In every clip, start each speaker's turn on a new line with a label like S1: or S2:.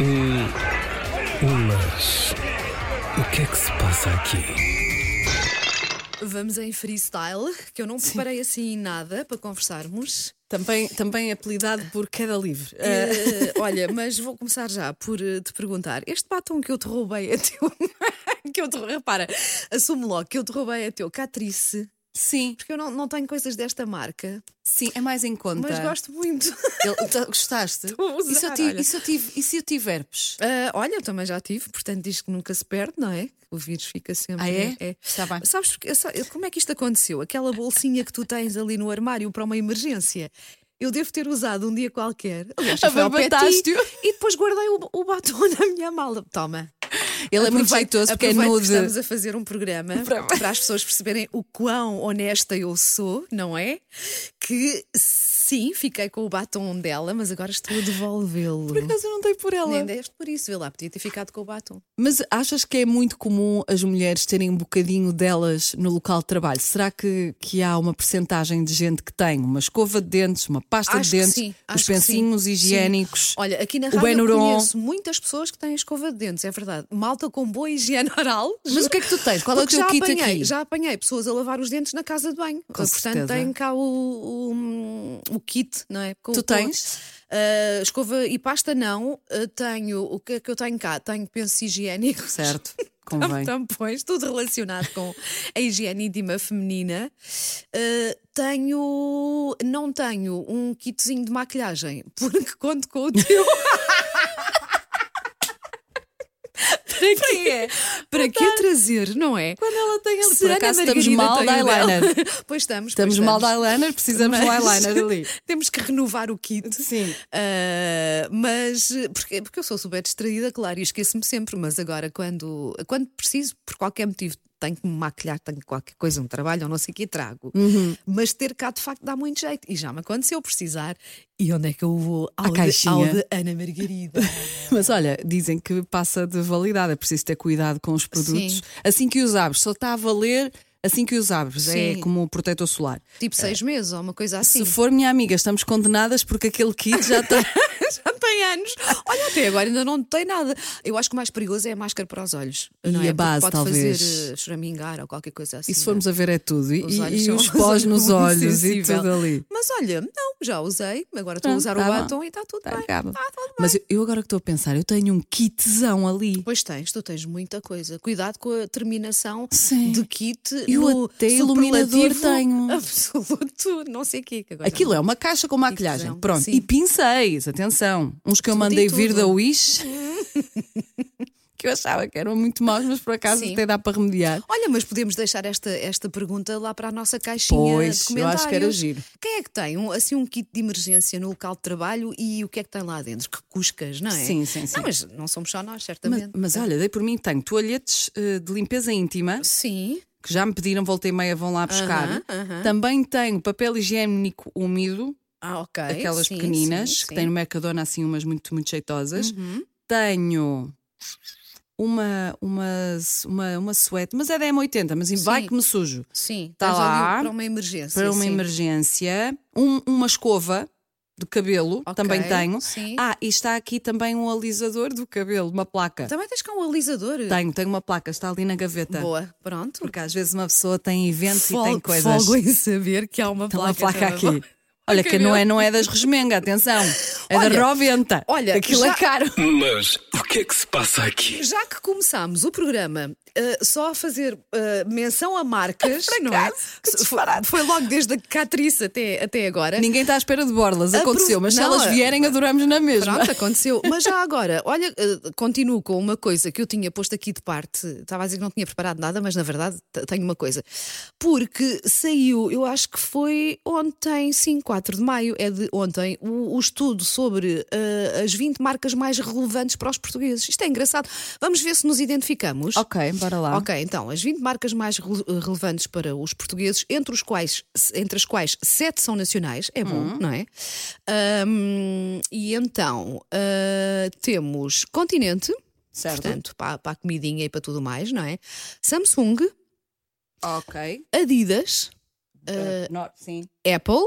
S1: Hum, mas o que é que se passa aqui?
S2: Vamos em freestyle, que eu não preparei assim nada para conversarmos.
S3: Também, também apelidado por queda livre. Ah,
S2: Eh, olha, mas vou começar já por eh, te perguntar: este batom que eu te roubei é teu. que eu te, repara, assumo logo que eu te roubei é teu Catrice,
S3: sim,
S2: porque eu não, não tenho coisas desta marca,
S3: sim, é mais em conta.
S2: mas gosto muito.
S3: Ele- tá- gostaste?
S2: Estou a usar,
S3: e, se eu tive,
S2: olha.
S3: e, se eu tive, e se eu tive herpes?
S2: Ah, olha, eu também já tive, portanto diz que nunca se perde, não é? O vírus fica sempre.
S3: Ah, é? Está bem.
S2: Sabes porque- eu sa- eu- como é que isto aconteceu? Aquela bolsinha que tu tens ali no armário para uma emergência. Eu devo ter usado um dia qualquer. Aliás, já foi ao pé de ti,
S3: Ababataste-o.
S2: E depois guardei o, o batom na minha mala. Toma.
S3: Ele é muito
S2: Aproveito-
S3: jeitoso porque é
S2: aproveito que
S3: nude.
S2: Estamos a fazer um programa para as pessoas perceberem o quão honesta eu sou, não é? Que sim, fiquei com o batom dela, mas agora estou a devolvê-lo.
S3: Por acaso eu não dei por ela.
S2: Nem deste por isso, vê lá, podia ter ficado com o batom.
S3: Mas achas que é muito comum as mulheres terem um bocadinho delas no local de trabalho? Será que, que há uma percentagem de gente que tem uma escova de dentes, uma pasta
S2: Acho
S3: de
S2: que
S3: dentes,
S2: sim,
S3: os
S2: acho que
S3: pensinhos
S2: sim.
S3: higiênicos?
S2: Olha, aqui na
S3: O
S2: rádio eu
S3: Benuron.
S2: conheço muitas pessoas que têm escova de dentes, é verdade. Malta com boa higiene oral.
S3: Mas o que é que tu tens? Qual
S2: Porque
S3: é o
S2: já
S3: teu kit
S2: apanhei,
S3: aqui?
S2: Já apanhei pessoas a lavar os dentes na casa de banho. Eh, Portanto,
S3: certeza.
S2: tem cá o, o, o kit, não é? Com-
S3: Tu
S2: com-
S3: tens?
S2: Ah, escova e pasta não. Ah, tenho, o que é que eu tenho cá? Tenho pensos higiênicos.
S3: Certo, convém.
S2: Então, Tampões, tudo relacionado com a higiene íntima feminina. Ah, tenho. Não tenho um kitzinho de maquilhagem, porque conto com o teu. Para que é? Para que trazer, não é?
S3: Quando ela tem ali, por
S2: Será que a
S3: acaso estamos
S2: Margarida
S3: mal de
S2: tem o dela?
S3: eyeliner.
S2: pois estamos.
S3: Estamos,
S2: pois
S3: mal de eyeliner, precisamos do
S2: Mas- Então,
S3: eyeliner ali.
S2: Temos que renovar o kit.
S3: Sim.
S2: Ah, mas eh, porque, porque eu sou super distraída, claro, e esqueço-me sempre, mas agora quando, quando preciso, por qualquer motivo, tenho que me maquilhar, tenho qualquer coisa, um trabalho ou não sei o que trago.
S3: Uhum.
S2: Mas ter cá de facto dá muito jeito. E já me aconteceu precisar. E onde é que eu vou? Ao, de,
S3: caixinha.
S2: ao de Ana Margarida.
S3: Mas olha, dizem que passa de validade, é preciso ter cuidado com os produtos.
S2: Sim.
S3: Assim que os abres, só está a valer assim que os abres. É
S2: Sim.
S3: como o protetor solar.
S2: tipo seis meses ou uma coisa assim.
S3: Se for minha amiga, estamos condenadas porque aquele kit já está.
S2: Já tem anos. Olha, até agora ainda não tem nada. Eu acho que o mais perigoso é a máscara para os olhos.
S3: E
S2: não é?
S3: a base,
S2: Porque pode
S3: talvez.
S2: fazer eh, choramingar ou qualquer coisa assim.
S3: E se
S2: não é?
S3: formos a ver, é tudo. E
S2: Os
S3: os,
S2: olhos
S3: e,
S2: são
S3: os
S2: uma
S3: pós
S2: zona
S3: nos
S2: muito
S3: olhos
S2: sensível.
S3: e tudo ali.
S2: Mas olha, não, já usei, agora estou a
S3: Pronto,
S2: usar
S3: tá
S2: o
S3: bom.
S2: batom e está tudo
S3: Tá,
S2: bem.
S3: acaba.
S2: Tá tudo bem.
S3: Mas eu- eu agora que estou a pensar, eu tenho um kitzão ali.
S2: Pois tens, tu tens muita coisa. Cuidado com a terminação
S3: Sim.
S2: de kit.
S3: Eu
S2: no
S3: até iluminador
S2: superlativo
S3: tenho.
S2: Absoluto, não sei o quê. Que agora
S3: Aquilo é uma caixa com maquilhagem.
S2: Kitzão,
S3: Pronto.
S2: sim.
S3: E pinceis, atenção. Uns que eu
S2: Tudo e
S3: mandei vir
S2: tudo.
S3: da Wish. que eu achava que eram muito maus, mas por acaso
S2: Sim.
S3: até dá para remediar.
S2: Olha, mas podemos deixar esta, esta pergunta lá para a nossa caixinha de
S3: Pois, eu
S2: comentários.
S3: acho que era giro.
S2: Quem é que tem um, assim um kit de emergência no local de trabalho e o que é que tem lá dentro? Que cuscas, não é?
S3: Sim, sim, sim.
S2: Não, mas não somos só nós,
S3: Mas,
S2: certamente.
S3: mas olha, dei por mim, tenho toalhetes eh, de limpeza íntima,
S2: Sim.
S3: que já me pediram, volta e meia, vão lá buscar.
S2: Aham, aham.
S3: Também tenho papel higiênico úmido,
S2: Ah, ok.
S3: aquelas
S2: Sim,
S3: pequeninas,
S2: sim,
S3: que
S2: sim.
S3: tem no Mercadona assim umas muito, muito cheitosas.
S2: Uhum.
S3: Tenho uma, uma, uma, uma suéte, mas é da M80, mas vai
S2: Sim.
S3: que me sujo.
S2: Sim,
S3: Tá
S2: tens ali
S3: lá.
S2: para uma emergência.
S3: Para uma
S2: sim.
S3: emergência, um- uma escova de cabelo,
S2: Ok,
S3: também tenho.
S2: sim.
S3: Ah, e está aqui também um alisador do cabelo, uma placa.
S2: Também tens cá um alisador.
S3: Tenho, tenho uma placa, está ali na gaveta.
S2: Boa, pronto.
S3: Porque às vezes uma pessoa tem eventos e tem coisas.
S2: folgo em saber que há uma
S3: Tem
S2: placa, tá
S3: uma placa
S2: também.
S3: aqui. Olha, que não é, não é das Resmenga, atenção. É
S2: Olha,
S3: da Roventa.
S2: olha,
S3: aquilo
S2: já-
S3: é caro.
S1: Mas o que é que se passa aqui?
S2: Já que começámos o programa eh, só a fazer eh, menção a marcas, não é? Foi logo desde a Catrice até, até agora.
S3: Ninguém está à espera de borlas,
S2: Apro-
S3: aconteceu, mas se
S2: Não,
S3: elas
S2: a-
S3: vierem, adoramos na mesma.
S2: Pronto, aconteceu. Mas já agora, olha, eh, continuo com uma coisa que eu tinha posto aqui de parte. Estava a dizer que não tinha preparado nada, mas na verdade t- tenho uma coisa. Porque saiu, eu acho que foi ontem, sim, 4 de maio, é de ontem, o, o estudo sobre eh, as 20 marcas mais relevantes para os portugueses. Isto é engraçado. Vamos ver se nos identificamos.
S3: Ok, bora lá.
S2: Ok, então, as 20 marcas mais rele- relevantes para os portugueses, entre, os quais, entre as quais 7 são nacionais, é bom, não é? Ahm, e então, ah, temos Continente,
S3: Certo.
S2: portanto, para, para a comidinha e para tudo mais, não é? Samsung,
S3: Ok.
S2: eh, Adidas,
S3: Não, sim.
S2: Apple,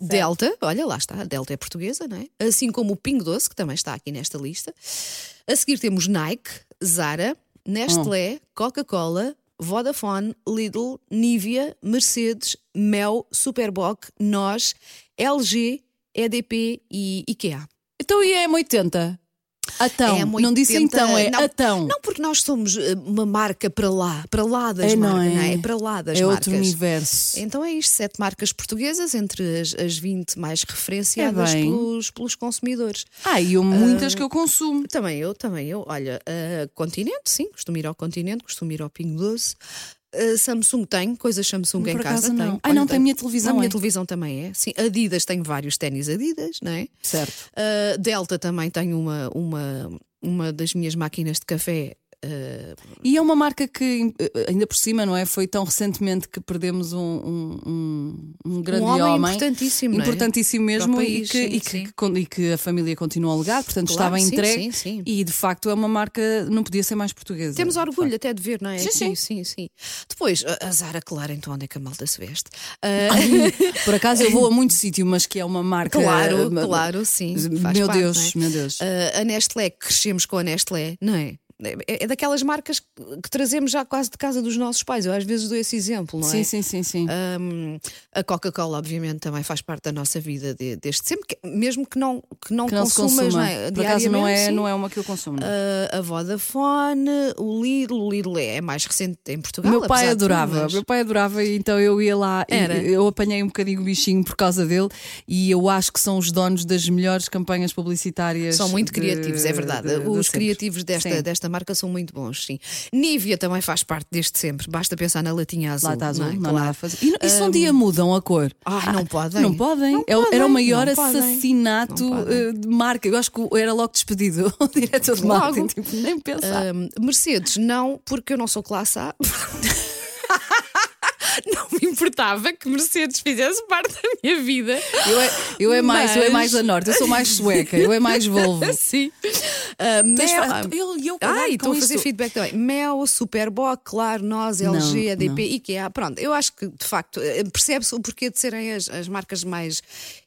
S2: Delta, olha lá está, Delta é portuguesa, não é? Assim como o Pingo Doce, que também está aqui nesta lista. A seguir temos Nike, Zara,
S3: Hum.
S2: Nestlé, Coca-Cola, Vodafone, Lidl, Nivea, Mercedes, Mel, Superboc, Nós, LG, EDP e IKEA.
S3: Então e é M80? Atão.
S2: É
S3: não disse
S2: 80,
S3: então, é
S2: não,
S3: atão.
S2: Não, porque nós somos eh, uma marca para lá, para lá das
S3: É, não
S2: marcas, não é?
S3: é?
S2: Para lá das
S3: é
S2: marcas.
S3: outro universo.
S2: Então é isto, sete marcas portuguesas entre as, as 20 mais referenciadas
S3: É bem.
S2: pelos, pelos consumidores.
S3: Ah, e eu- muitas que eu consumo.
S2: Também eu, também eu. Olha, ah, Continente, sim, costumo ir ao Continente, costumo ir ao Pingo Doce. Ah, Samsung tem, coisas Samsung em
S3: Por
S2: casa
S3: acaso, não.
S2: tenho.
S3: Ah,
S2: Olha,
S3: não, tem a minha
S2: tenho.
S3: televisão,
S2: A minha
S3: é?
S2: televisão também é. Sim, Adidas tenho vários ténis Adidas, não é?
S3: Certo.
S2: Ah, Delta também tem uma, uma, uma das minhas máquinas de café. ah,
S3: E é uma marca que, eh, ainda por cima, não é? Foi tão recentemente que perdemos um, um, um- um grande
S2: homem importantíssimo, não é?
S3: Importantíssimo mesmo
S2: Para o
S3: e,
S2: país,
S3: que,
S2: sim,
S3: e que-
S2: sim.
S3: con- e que a família continua a legar, portanto
S2: Claro,
S3: estava
S2: sim,
S3: entregue.
S2: sim, sim.
S3: E de facto é uma marca, não podia ser mais portuguesa.
S2: Temos
S3: de
S2: orgulho até de ver, não é?
S3: Sim,
S2: Aqui,
S3: sim.
S2: sim, sim. Depois, a- a Zara, claro, então onde é que a malta se veste? Ah,
S3: facto. Por acaso eu vou a muito sítio, mas que é uma marca.
S2: claro,
S3: eh,
S2: claro, sim. faz
S3: Meu
S2: parte,
S3: Deus,
S2: não é?
S3: meu Deus.
S2: Ah, a Nestlé, crescemos com a Nestlé, não é? É é daquelas marcas que que trazemos já quase de casa dos nossos pais. Eu às vezes dou esse exemplo, não é?
S3: Sim, sim, sim, sim.
S2: Hum, a Coca-Cola, obviamente, também faz parte da nossa vida de- desde sempre, que- mesmo que não, que não
S3: que não se
S2: consumas,
S3: consuma.
S2: não é?
S3: Por acaso não
S2: Diariamente,
S3: é,
S2: sim.
S3: não é uma que eu consumo. não.
S2: Ah, a Vodafone, o Lidl, o Lidl é mais recente em Portugal.
S3: meu pai
S2: apesar de tudo,
S3: adorava,
S2: mas-
S3: meu pai adorava, e então eu ia lá, e
S2: Era.
S3: eu apanhei um bocadinho o bichinho por causa dele, e eu acho que são os donos das melhores campanhas publicitárias.
S2: São muito
S3: de-
S2: criativos, é verdade.
S3: de- de
S2: Os
S3: sempre.
S2: criativos desta,
S3: Sim.
S2: desta marca são muito bons, sim. Nivea também faz parte deste sempre. Basta pensar na latinha azul.
S3: Lá está azul,
S2: não é?
S3: não, há
S2: Claro.
S3: nada a fazer. E, e se um dia mudam a cor? Ah,
S2: Ai, não podem.
S3: Não podem.
S2: Não
S3: É o- era o
S2: podem,
S3: maior
S2: não podem.
S3: assassinato
S2: Não podem.
S3: eh, de marca. Eu acho que o- era logo despedido o diretor de
S2: Logo.
S3: marketing. Tipo, nem pensar.
S2: Hum, Mercedes, não, porque eu não sou classe A. Não me importava que Mercedes fizesse parte da minha vida.
S3: eu, é, eu é mais, eu é
S2: mas-
S3: mais a norte. Eu sou mais sueca, eu é mais Volvo.
S2: Sim. Ah,
S3: Tens
S2: Mel-
S3: fa- eu- eu
S2: Ai,
S3: com
S2: estou a fazer
S3: isto.
S2: feedback também. Mel, Superboc, claro, nós, LG,
S3: Não,
S2: ADP, IKEA. Pronto, eu acho que, de facto, eh, percebe-se o porquê de serem as, as marcas mais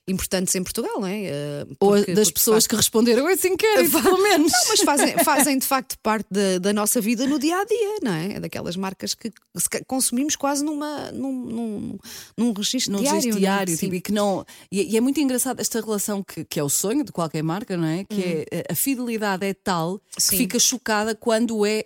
S2: importantes em Portugal, não é? Eh,
S3: Ou
S2: porque-
S3: das
S2: porque, de
S3: pessoas
S2: facto,
S3: que responderam esse inquérito, pelo menos.
S2: Não, mas fazem, fazem de facto parte da, da nossa vida no dia a dia, não é? É daquelas marcas que se ca- consumimos quase numa, num, num, num registro
S3: num
S2: diário.
S3: diário,
S2: não é?
S3: diário
S2: Sim.
S3: tipo, e que não e, e é muito engraçado esta relação que, que é o sonho de qualquer marca não é que é a- a fidelidade é tal
S2: Hum. Sim.
S3: que fica chocada quando é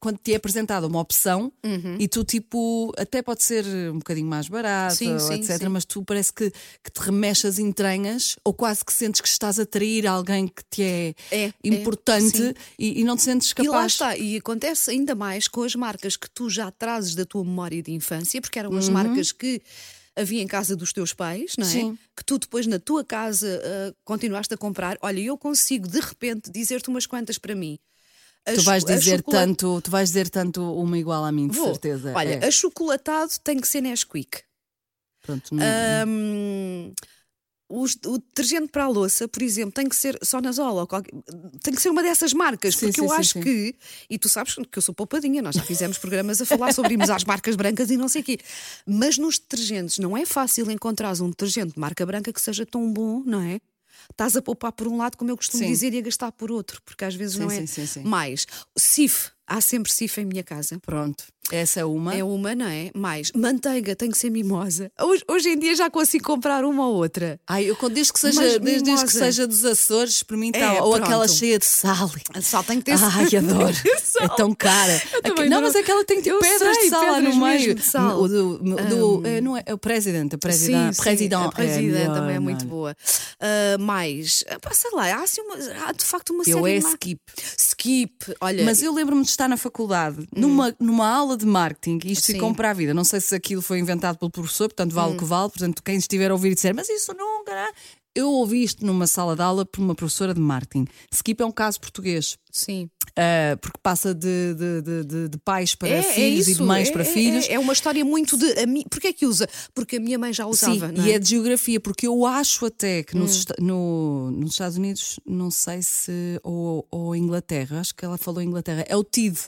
S3: quando te é apresentada uma opção
S2: Uhum.
S3: e tu tipo até pode ser um bocadinho mais barato
S2: Sim,
S3: ou
S2: sim,
S3: etc
S2: sim.
S3: mas tu parece que, que te remexes as entranhas ou quase que sentes que estás a trair alguém que te é,
S2: É, é,
S3: importante
S2: sim.
S3: e, e não te sentes capaz
S2: E lá está, e acontece ainda mais com as marcas que tu já trazes da tua memória de infância, porque eram
S3: Uhum.
S2: as marcas que havia em casa dos teus pais, não é?
S3: Sim.
S2: Que tu depois na tua casa ah, continuaste a comprar. Olha, eu consigo de repente dizer-te umas quantas para mim. A
S3: tu vais
S2: cho- a
S3: dizer
S2: chocolate-
S3: tanto tu vais dizer tanto uma igual a mim de
S2: Vou.
S3: certeza
S2: Olha,
S3: É.
S2: achocolatado tem que ser Nesquik.
S3: Pronto, não-
S2: Ah, Hum, os- o detergente para a louça, por exemplo, tem que ser só Nazola, ou qualquer- tem que ser uma dessas marcas,
S3: Sim,
S2: porque
S3: sim,
S2: eu
S3: sim,
S2: acho
S3: sim.
S2: que, e tu sabes que eu sou poupadinha, nós já fizemos programas a falar sobre irmos às marcas brancas e não sei o quê, mas nos detergentes não é fácil encontrares um detergente de marca branca que seja tão bom, não é? Estás a poupar por um lado, como eu costumo
S3: Sim.
S2: dizer, e a gastar por outro, porque às vezes
S3: Sim,
S2: não é
S3: sim, sim, sim.
S2: mais. Cif, há sempre cif em minha casa.
S3: Pronto, essa é uma.
S2: É uma, não é? Mais. Manteiga tem que ser mimosa. Hoje, hoje em dia já consigo comprar uma ou outra.
S3: Ai, eu, con- desde, que
S2: Mas
S3: seja, desde, desde que
S2: mimosa.
S3: seja dos Açores, para mim está.
S2: É,
S3: ou
S2: pronto.
S3: aquela cheia de sal.
S2: Só tem que ter
S3: Ai, adoro. É tão cara.
S2: também
S3: Aque- não,
S2: adoro.
S3: mas aquela tem
S2: Eu
S3: tipo pedras
S2: sei,
S3: de sal lá no
S2: pedras mesmo
S3: meio.
S2: de sal.
S3: O do, do- é, não é, é o presidente, a
S2: Sim,
S3: presidente.
S2: sim,
S3: presidente,
S2: a presidente
S3: melhor,
S2: também é muito
S3: não.
S2: boa. Ah, mais, ah, pá, sei lá, há, assim uma- há de facto uma
S3: Eu
S2: série
S3: é
S2: de mar-
S3: skip.
S2: Skip, olha. Hum.
S3: Mas eu lembro-me de estar na faculdade, numa, numa aula de marketing, e isto
S2: Sim. Hum.
S3: ficou um para a vida. Não sei se aquilo foi inventado pelo professor, portanto vale o que vale. Portanto, quem estiver a ouvir e disser, mas isso nunca. né?" Eu ouvi isto numa sala de aula por uma professora de marketing. Skip é um caso português,
S2: Sim.
S3: ah, porque passa de, de- de- de- de pais para
S2: É, é
S3: filhos e de
S2: isso,
S3: mães
S2: é,
S3: para
S2: é,
S3: filhos.
S2: É, é uma história muito de. A mi... Porquê é que usa? Porque a minha mãe já usava,
S3: Sim,
S2: não
S3: e
S2: é? Hum.
S3: é de geografia, porque eu acho até que nos, Esta- no- nos Estados Unidos, não sei se. Ou, ou Inglaterra, acho que ela falou Inglaterra, é o TID.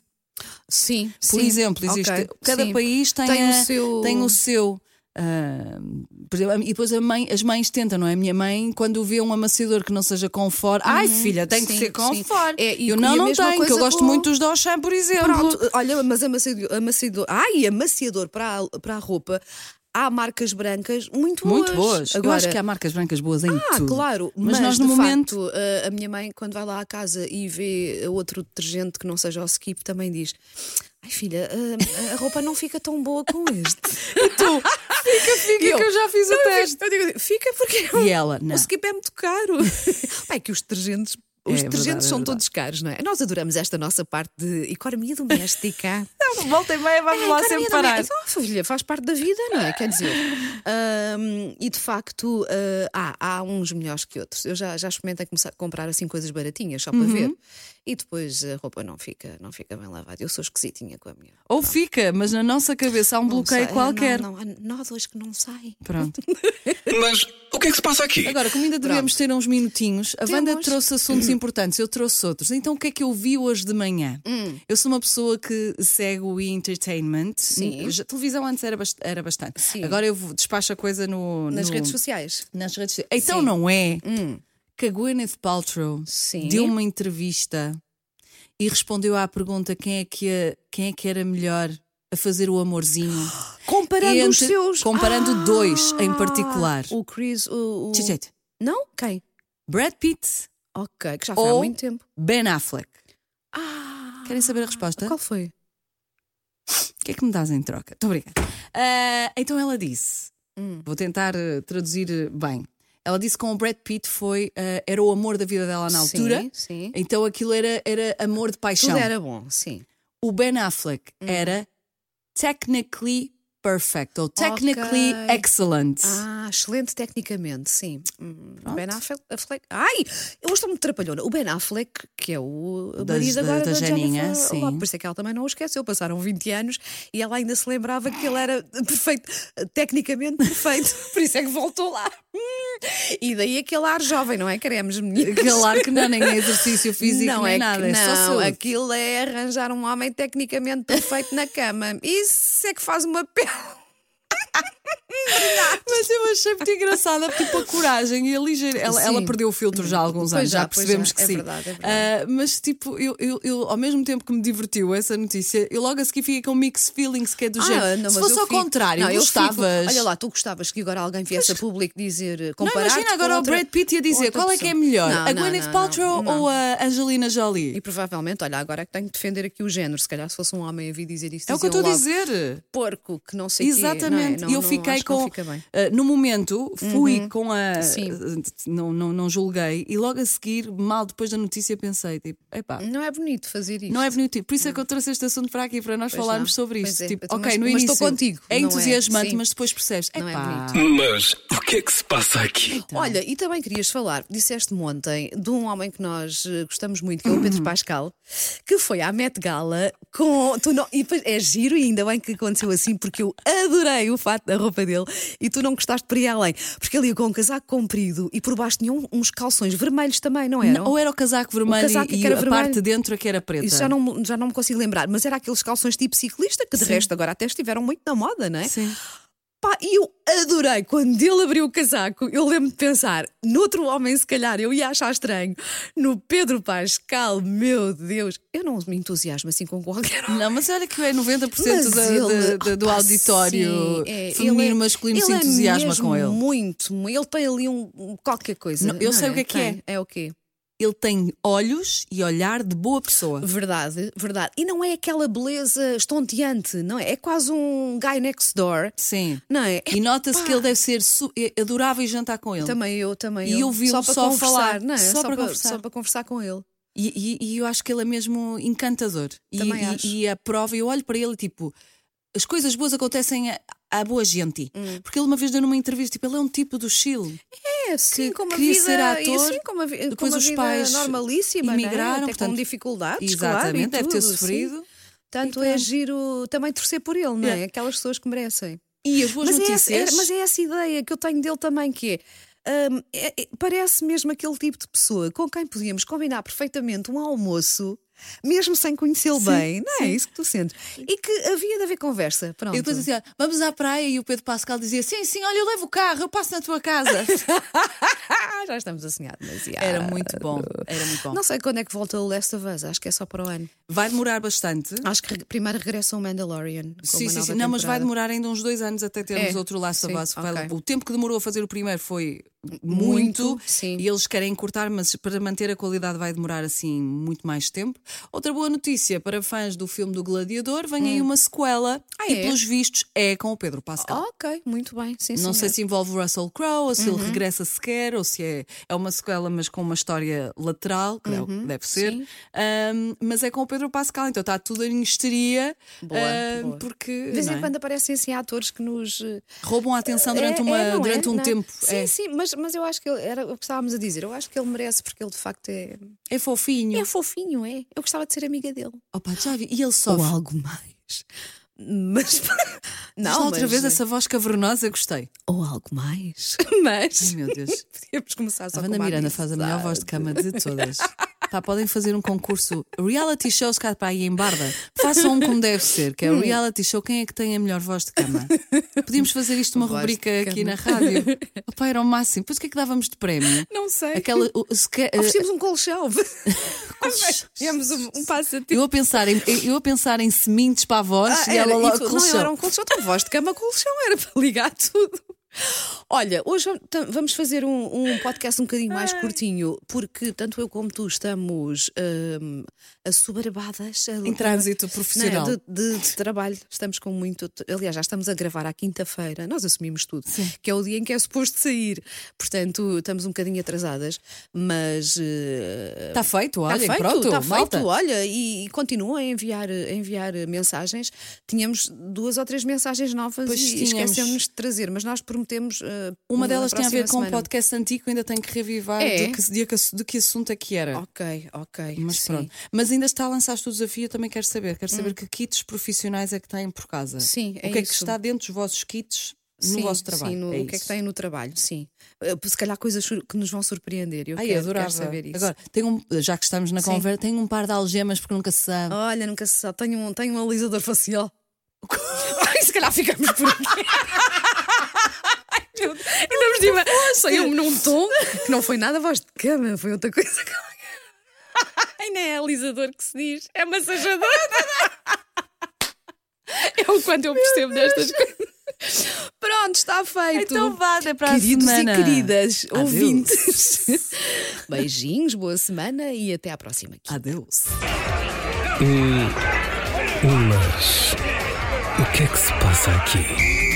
S2: Sim.
S3: Por
S2: sim,
S3: exemplo, existe,
S2: ok,
S3: cada
S2: sim.
S3: país tem,
S2: Tem o
S3: a-
S2: seu-
S3: tem o seu. ah, por exemplo, e depois a mãe, as mães tentam, não é? A minha mãe, quando vê um amaciador que não seja conforme, ai filha, tem
S2: Uhum,
S3: que
S2: sim,
S3: ser
S2: sim.
S3: conforme.
S2: É, e-
S3: eu
S2: e
S3: não,
S2: a
S3: não
S2: mesma
S3: tenho, que eu
S2: coisa
S3: gosto
S2: com-
S3: muito dos Dochan, por exemplo.
S2: Pronto, olha, mas amaciador, amaciador, ai, amaciador para a, para a roupa, há marcas brancas muito boas.
S3: Muito boas.
S2: Agora,
S3: eu acho que há marcas brancas boas em
S2: Ah,
S3: tudo.
S2: claro,
S3: mas,
S2: mas,
S3: nós
S2: de
S3: no momento.
S2: facto, eh, a- a minha mãe, quando vai lá à casa e vê outro detergente que não seja o skip, também diz: Ai filha, eh, a, a roupa não fica tão boa com este. e tu, fica, fica,
S3: que eu já fiz o teste."
S2: Eu digo assim, fica porque
S3: E ela, não.
S2: o skip é muito caro. Pá, é que os detergentes.
S3: É
S2: Os
S3: verdade,
S2: detergentes
S3: é
S2: são
S3: verdade.
S2: todos caros, não é? Nós adoramos esta nossa parte de economia doméstica.
S3: Volta e meia, vamos
S2: Ai, Carolina, É, também- Então, filha, faz parte da vida, não é? Quer dizer, hum, e de facto, eh, há, há uns melhores que outros. Eu já, já experimentei começar a comprar assim coisas baratinhas, só para ver.
S3: Uhum.
S2: E depois a roupa não fica, não fica bem lavada. Eu sou esquisitinha com a minha.
S3: Ou fica, mas na nossa cabeça há um
S2: Não
S3: bloqueio
S2: sei, é,
S3: qualquer.
S2: Não, não, há nódoas que não saem.
S3: Pronto.
S1: Mas o que é que se passa aqui?
S3: Agora, como ainda devemos ter uns minutinhos, a
S2: Temos.
S3: Wanda trouxe assuntos importantes, eu trouxe outros. Então, o que é que eu vi hoje de manhã?
S2: Hum.
S3: Eu sou uma pessoa que segue o entertainment.
S2: Sim.
S3: Já- Televisão antes era, bast- era bastante.
S2: Sim.
S3: Agora eu vou- despacho a coisa no,
S2: Nas
S3: no-
S2: redes sociais.
S3: nas redes sociais. Então, não é que a Gwyneth Paltrow
S2: Sim.
S3: deu uma entrevista e respondeu à pergunta quem é que, a- quem é que era melhor a fazer o amorzinho.
S2: Comparando os
S3: Entre-
S2: seus. Ah!
S3: comparando dois em particular.
S2: O Chris. O, o-
S3: Tchê-tchê.
S2: Não? Quem?
S3: Brad Pitt,
S2: Ok, que já foi há
S3: Ou-
S2: muito tempo.
S3: Ben Affleck.
S2: Ah,
S3: Querem saber a resposta?
S2: qual foi?
S3: O que é que me dás em troca? Estou obrigada. Ah, então ela disse:
S2: Hum.
S3: vou tentar eh, traduzir eh, bem. Ela disse que com o Brad Pitt foi, eh, era o amor da vida dela na altura.
S2: Sim, sim.
S3: Então aquilo era, era amor de paixão.
S2: Tudo era Hum. bom, sim.
S3: O Ben Affleck era technically perfect ou technically
S2: Ok.
S3: excellent.
S2: Ah, excelente tecnicamente, sim. Hum, Ben Affle- Affleck. Ai, eu hoje estou-me trapalhona. O Ben Affleck, que é o
S3: Da-
S2: marido
S3: da-
S2: agora da,
S3: da Janinha,
S2: Jennifer
S3: sim.
S2: Lopez. Por isso é que ela também não o esqueceu. Passaram 20 anos e ela ainda se lembrava que ele era perfeito, tecnicamente perfeito. Por isso é que voltou lá. Hum, E daí aquele ar jovem, não é? Queremos meninas.
S3: Claro que não, nem é exercício físico,
S2: não
S3: nem
S2: é
S3: nada.
S2: que
S3: é
S2: não,
S3: só saúde.
S2: aquilo é arranjar um homem tecnicamente perfeito na cama. Isso é que faz uma pele.
S3: Mas eu achei muito engraçada tipo, a coragem e a ligeira. Ela,
S2: Sim.
S3: ela perdeu o filtro já há alguns
S2: Pois
S3: anos, já,
S2: já, pois
S3: percebemos
S2: já.
S3: que
S2: É
S3: sim.
S2: verdade, é verdade.
S3: Ah, mas tipo, eu, eu, eu, ao mesmo tempo que me divertiu essa notícia, eu logo a seguir fiquei com mixed feelings, que é do género.
S2: Ah, não,
S3: Se
S2: mas
S3: fosse
S2: eu
S3: ao
S2: fico-
S3: contrário,
S2: Não, eu fico-
S3: gostavas.
S2: Olha lá, tu gostavas que agora alguém viesse a público dizer
S3: Não,
S2: comparar
S3: imagina agora
S2: outra,
S3: o Brad Pitt ia dizer
S2: outra
S3: qual é que é
S2: pessoa.
S3: melhor,
S2: Não,
S3: a
S2: não,
S3: Gwyneth
S2: não, não,
S3: Paltrow
S2: não.
S3: ou a Angelina Jolie?
S2: E provavelmente, olha, agora é que tenho que defender aqui o género. Se calhar se fosse um homem a vir dizer isto,
S3: É o que eu
S2: diziam
S3: estou a
S2: logo,
S3: dizer.
S2: Porco, que não sei o quê", não é?
S3: Exatamente,
S2: Não, não,
S3: eu fiquei
S2: acho que
S3: com.
S2: Não fica bem. Uhum.
S3: eh, no momento, fui com a.
S2: Sim.
S3: eh, Não, não, não julguei, e logo a seguir, mal depois da notícia, pensei: tipo, epá,
S2: Não é bonito fazer isto.
S3: Não é bonito. Por isso é que eu trouxe este assunto para aqui, para nós
S2: Uhum. Pois
S3: falarmos
S2: não.
S3: sobre
S2: Pois
S3: isto.
S2: é.
S3: Tipo,
S2: Mas-
S3: ok, no
S2: mas
S3: início
S2: estou contigo,
S3: É
S2: não é?
S3: entusiasmante,
S2: Sim.
S3: mas depois percebes.
S2: Não é
S3: "Epá,
S1: Mas o que é que se passa aqui?
S2: Olha, e também querias falar, disseste-me ontem, de um homem que nós eh, gostamos muito, que é o Pedro Pascal, que foi à Met Gala com. Tu não, e depois é giro, e ainda bem que aconteceu assim, porque eu adorei o fato da roupa dele e tu não gostaste por ir além. Porque ele ia com um casaco comprido e por baixo tinha um- uns calções vermelhos também, não eram?
S3: Ou era o casaco vermelho
S2: casaco é
S3: e
S2: que era
S3: a
S2: vermelho.
S3: parte de dentro é que era preta.
S2: Isso já não, me- já não me consigo lembrar, mas era aqueles calções tipo ciclista que de resto agora até estiveram muito na moda, não é?
S3: Sim.
S2: Pá, e eu adorei quando ele abriu o casaco. Eu lembro de pensar, noutro homem, se calhar, eu ia achar estranho. No Pedro Pascal, meu Deus, eu não me entusiasmo assim com qualquer homem.
S3: Não, mas olha que é 90%
S2: Mas
S3: da-
S2: ele-
S3: da- da- do
S2: opá, sim,
S3: auditório
S2: é,
S3: feminino
S2: ele é-
S3: masculino se
S2: ele é
S3: entusiasma
S2: mesmo
S3: com ele.
S2: Muito, mu- ele tem ali um, um qualquer coisa.
S3: Não, eu sei o que é que
S2: Tem, É o quê?
S3: Ele tem olhos e olhar de boa pessoa.
S2: Verdade, verdade. E não é aquela beleza estonteante, não é? É quase um guy next door,
S3: Sim.
S2: não é?
S3: E nota-se que ele deve ser su- é adorável jantar com ele.
S2: Também eu, também
S3: E
S2: eu. um
S3: eu vi-lo
S2: só para
S3: só
S2: conversar,
S3: falar,
S2: não é?
S3: só para conversar.
S2: só para conversar com ele.
S3: E, e- e eu acho que ele é mesmo encantador. E,
S2: Também
S3: e-
S2: acho.
S3: e a prova, eu olho para ele tipo, as coisas boas acontecem a, à boa gente.
S2: Hum.
S3: Porque ele uma vez deu numa entrevista, tipo, ele é um tipo do Chile.
S2: É, sim, com uma
S3: queria
S2: vida,
S3: ser ator,
S2: e sim, com uma, vi-
S3: depois
S2: com uma
S3: os
S2: vida
S3: pais
S2: normalíssima,
S3: emigraram,
S2: né? Até
S3: portanto,
S2: com dificuldades, claro,
S3: Exatamente,
S2: e
S3: deve ter
S2: tudo, sim.
S3: sofrido.
S2: Tanto
S3: E
S2: é
S3: pronto.
S2: giro também torcer por ele, não é?
S3: É.
S2: Aquelas pessoas que merecem.
S3: E as boas
S2: Mas é,
S3: notícias.
S2: essa, é- mas é essa ideia que eu tenho dele também, que é, hum, é- é- parece mesmo aquele tipo de pessoa com quem podíamos combinar perfeitamente um almoço mesmo sem conhecê-lo
S3: Sim,
S2: bem, não é
S3: sim.
S2: isso que tu sentes. E que havia de haver conversa. Pronto.
S3: E depois assim, ó, vamos à praia e o Pedro Pascal dizia: Sim, sim, olha, eu levo o carro, eu passo na tua casa.
S2: Ah, já estamos a sonhar demasiado.
S3: Era muito bom, era muito bom.
S2: Não sei quando é que volta o Last of Us, acho que é só para o ano.
S3: Vai demorar bastante.
S2: Acho que re- primeiro regressa o Mandalorian. com
S3: Sim,
S2: uma
S3: sim,
S2: nova
S3: sim. Não, mas
S2: temporada.
S3: vai demorar ainda uns dois anos até termos
S2: É,
S3: outro laço
S2: sim,
S3: base.
S2: ok.
S3: O tempo que demorou a fazer o primeiro foi
S2: Muito,
S3: muito,
S2: sim.
S3: e eles querem cortar, mas para manter a qualidade vai demorar assim muito mais tempo. Outra boa notícia para fãs do filme do Gladiador: vem aí uma sequela
S2: é?
S3: e, pelos vistos, é com o Pedro Pascal.
S2: Ah, Ok, muito bem. Sim, Uhum.
S3: Não
S2: senhora.
S3: sei se envolve o Russell Crowe, ou se ele regressa sequer, ou se é, é uma sequela, mas com uma história lateral, que é o que deve ser.
S2: Uhum. sim.
S3: Ahm, mas é com o Pedro Pascal, então está tudo em histeria.
S2: Boa,
S3: ahm,
S2: boa.
S3: Porque
S2: De vez
S3: não
S2: em
S3: é?
S2: quando aparecem assim atores que nos. eh,
S3: roubam a atenção durante,
S2: é-
S3: uma,
S2: é, não é?
S3: durante um
S2: Não.
S3: tempo.
S2: Sim,
S3: é,
S2: sim, mas, mas eu acho que ele. Era, estávamos a dizer, eu acho que ele merece porque ele de facto é.
S3: é fofinho.
S2: É fofinho, é. Eu gostava de ser amiga dele.
S3: Opa, já vi. E ele sofre.
S2: algo mais. Mas.
S3: Diz
S2: Não,
S3: lá outra
S2: mas- é.
S3: vez essa voz cavernosa, gostei.
S2: Ou algo mais. Mas.
S3: Ai, meu Deus.
S2: Podíamos começar Oh, só
S3: A
S2: com
S3: Wanda
S2: uma
S3: Miranda faz a melhor voz de cama de todas. Pá, podem fazer um concurso reality shows cá para aí em Barda. Façam um como deve ser, que é
S2: Hum.
S3: o reality show. Quem é que tem a melhor voz de cama? Podíamos fazer isto uma
S2: Voz de
S3: rubrica aqui
S2: cama.
S3: na rádio. Opa, era o máximo. Pois o que é que dávamos de prémio?
S2: Não sei.
S3: Aquela. o- se que-
S2: Oferecemos um colchão. Tínhamos um, um passatempo.
S3: eh, Eu a pensar em, eu a pensar em sementes para a voz
S2: Ah,
S3: e
S2: era
S3: ela logo
S2: isso.
S3: colchão.
S2: Não, era um colchão. Então, voz de cama, colchão. Era para ligar tudo. Olha, hoje vam- tam- vamos fazer um, um podcast um bocadinho mais
S3: Ah.
S2: curtinho, porque tanto eu como tu estamos hum, assoberbadas. a-
S3: Em um trânsito
S2: Não é?
S3: profissional.
S2: de, de- de trabalho. Estamos com muito. Aliás, já estamos a gravar à quinta-feira, nós assumimos tudo, que é o dia em que é suposto sair. Portanto, estamos um bocadinho atrasadas, mas. eh,
S3: Está feito, olha,
S2: tá feito,
S3: pronto,
S2: tá
S3: malta.
S2: feito, olha, e, e continuam a enviar, a enviar mensagens. Tínhamos duas ou três mensagens novas
S3: Pois
S2: e
S3: tínhamos.
S2: esquecemos de trazer, mas nós prometemos. eh,
S3: Uma
S2: na
S3: delas tem a ver
S2: próxima
S3: com um
S2: semana.
S3: podcast antigo, ainda tenho que revivar
S2: É?
S3: de, que, de que- de que assunto é que era.
S2: Ok, ok.
S3: Mas
S2: sim. Hum.
S3: pronto. Mas ainda está a lançar-te o desafio, eu também quero saber. Quero saber que kits profissionais é que têm por casa.
S2: Sim, é
S3: o que é que
S2: isso.
S3: está dentro dos vossos kits no
S2: sim,
S3: vosso trabalho?
S2: Sim, no, o que é que
S3: isso.
S2: têm no trabalho, sim. Eh, Se calhar coisas sur- que nos vão surpreender. Eu
S3: Ai,
S2: quero,
S3: adorava.
S2: quero é saber isso.
S3: Agora, tem um, já que estamos na
S2: Sim.
S3: conversa, tem um par de algemas porque nunca se sabe.
S2: Olha, nunca se sabe. Tenho um, tenho um alisador facial. Ai, se calhar ficamos por aqui. Ai, meu Deus. Ainda por cima, saiu-me num tom que não foi nada voz de cama, foi outra coisa que. Ai, não é alisador que se diz, é massajador. É o quanto eu percebo destas coisas. Então Pronto, está feito.
S3: vá,
S2: é
S3: até para
S2: Queridos e queridas,
S3: Adeus.
S2: ouvintes. Beijinhos, boa semana e até à próxima.
S3: Adeus.
S1: Ulas. O que é que se passa aqui?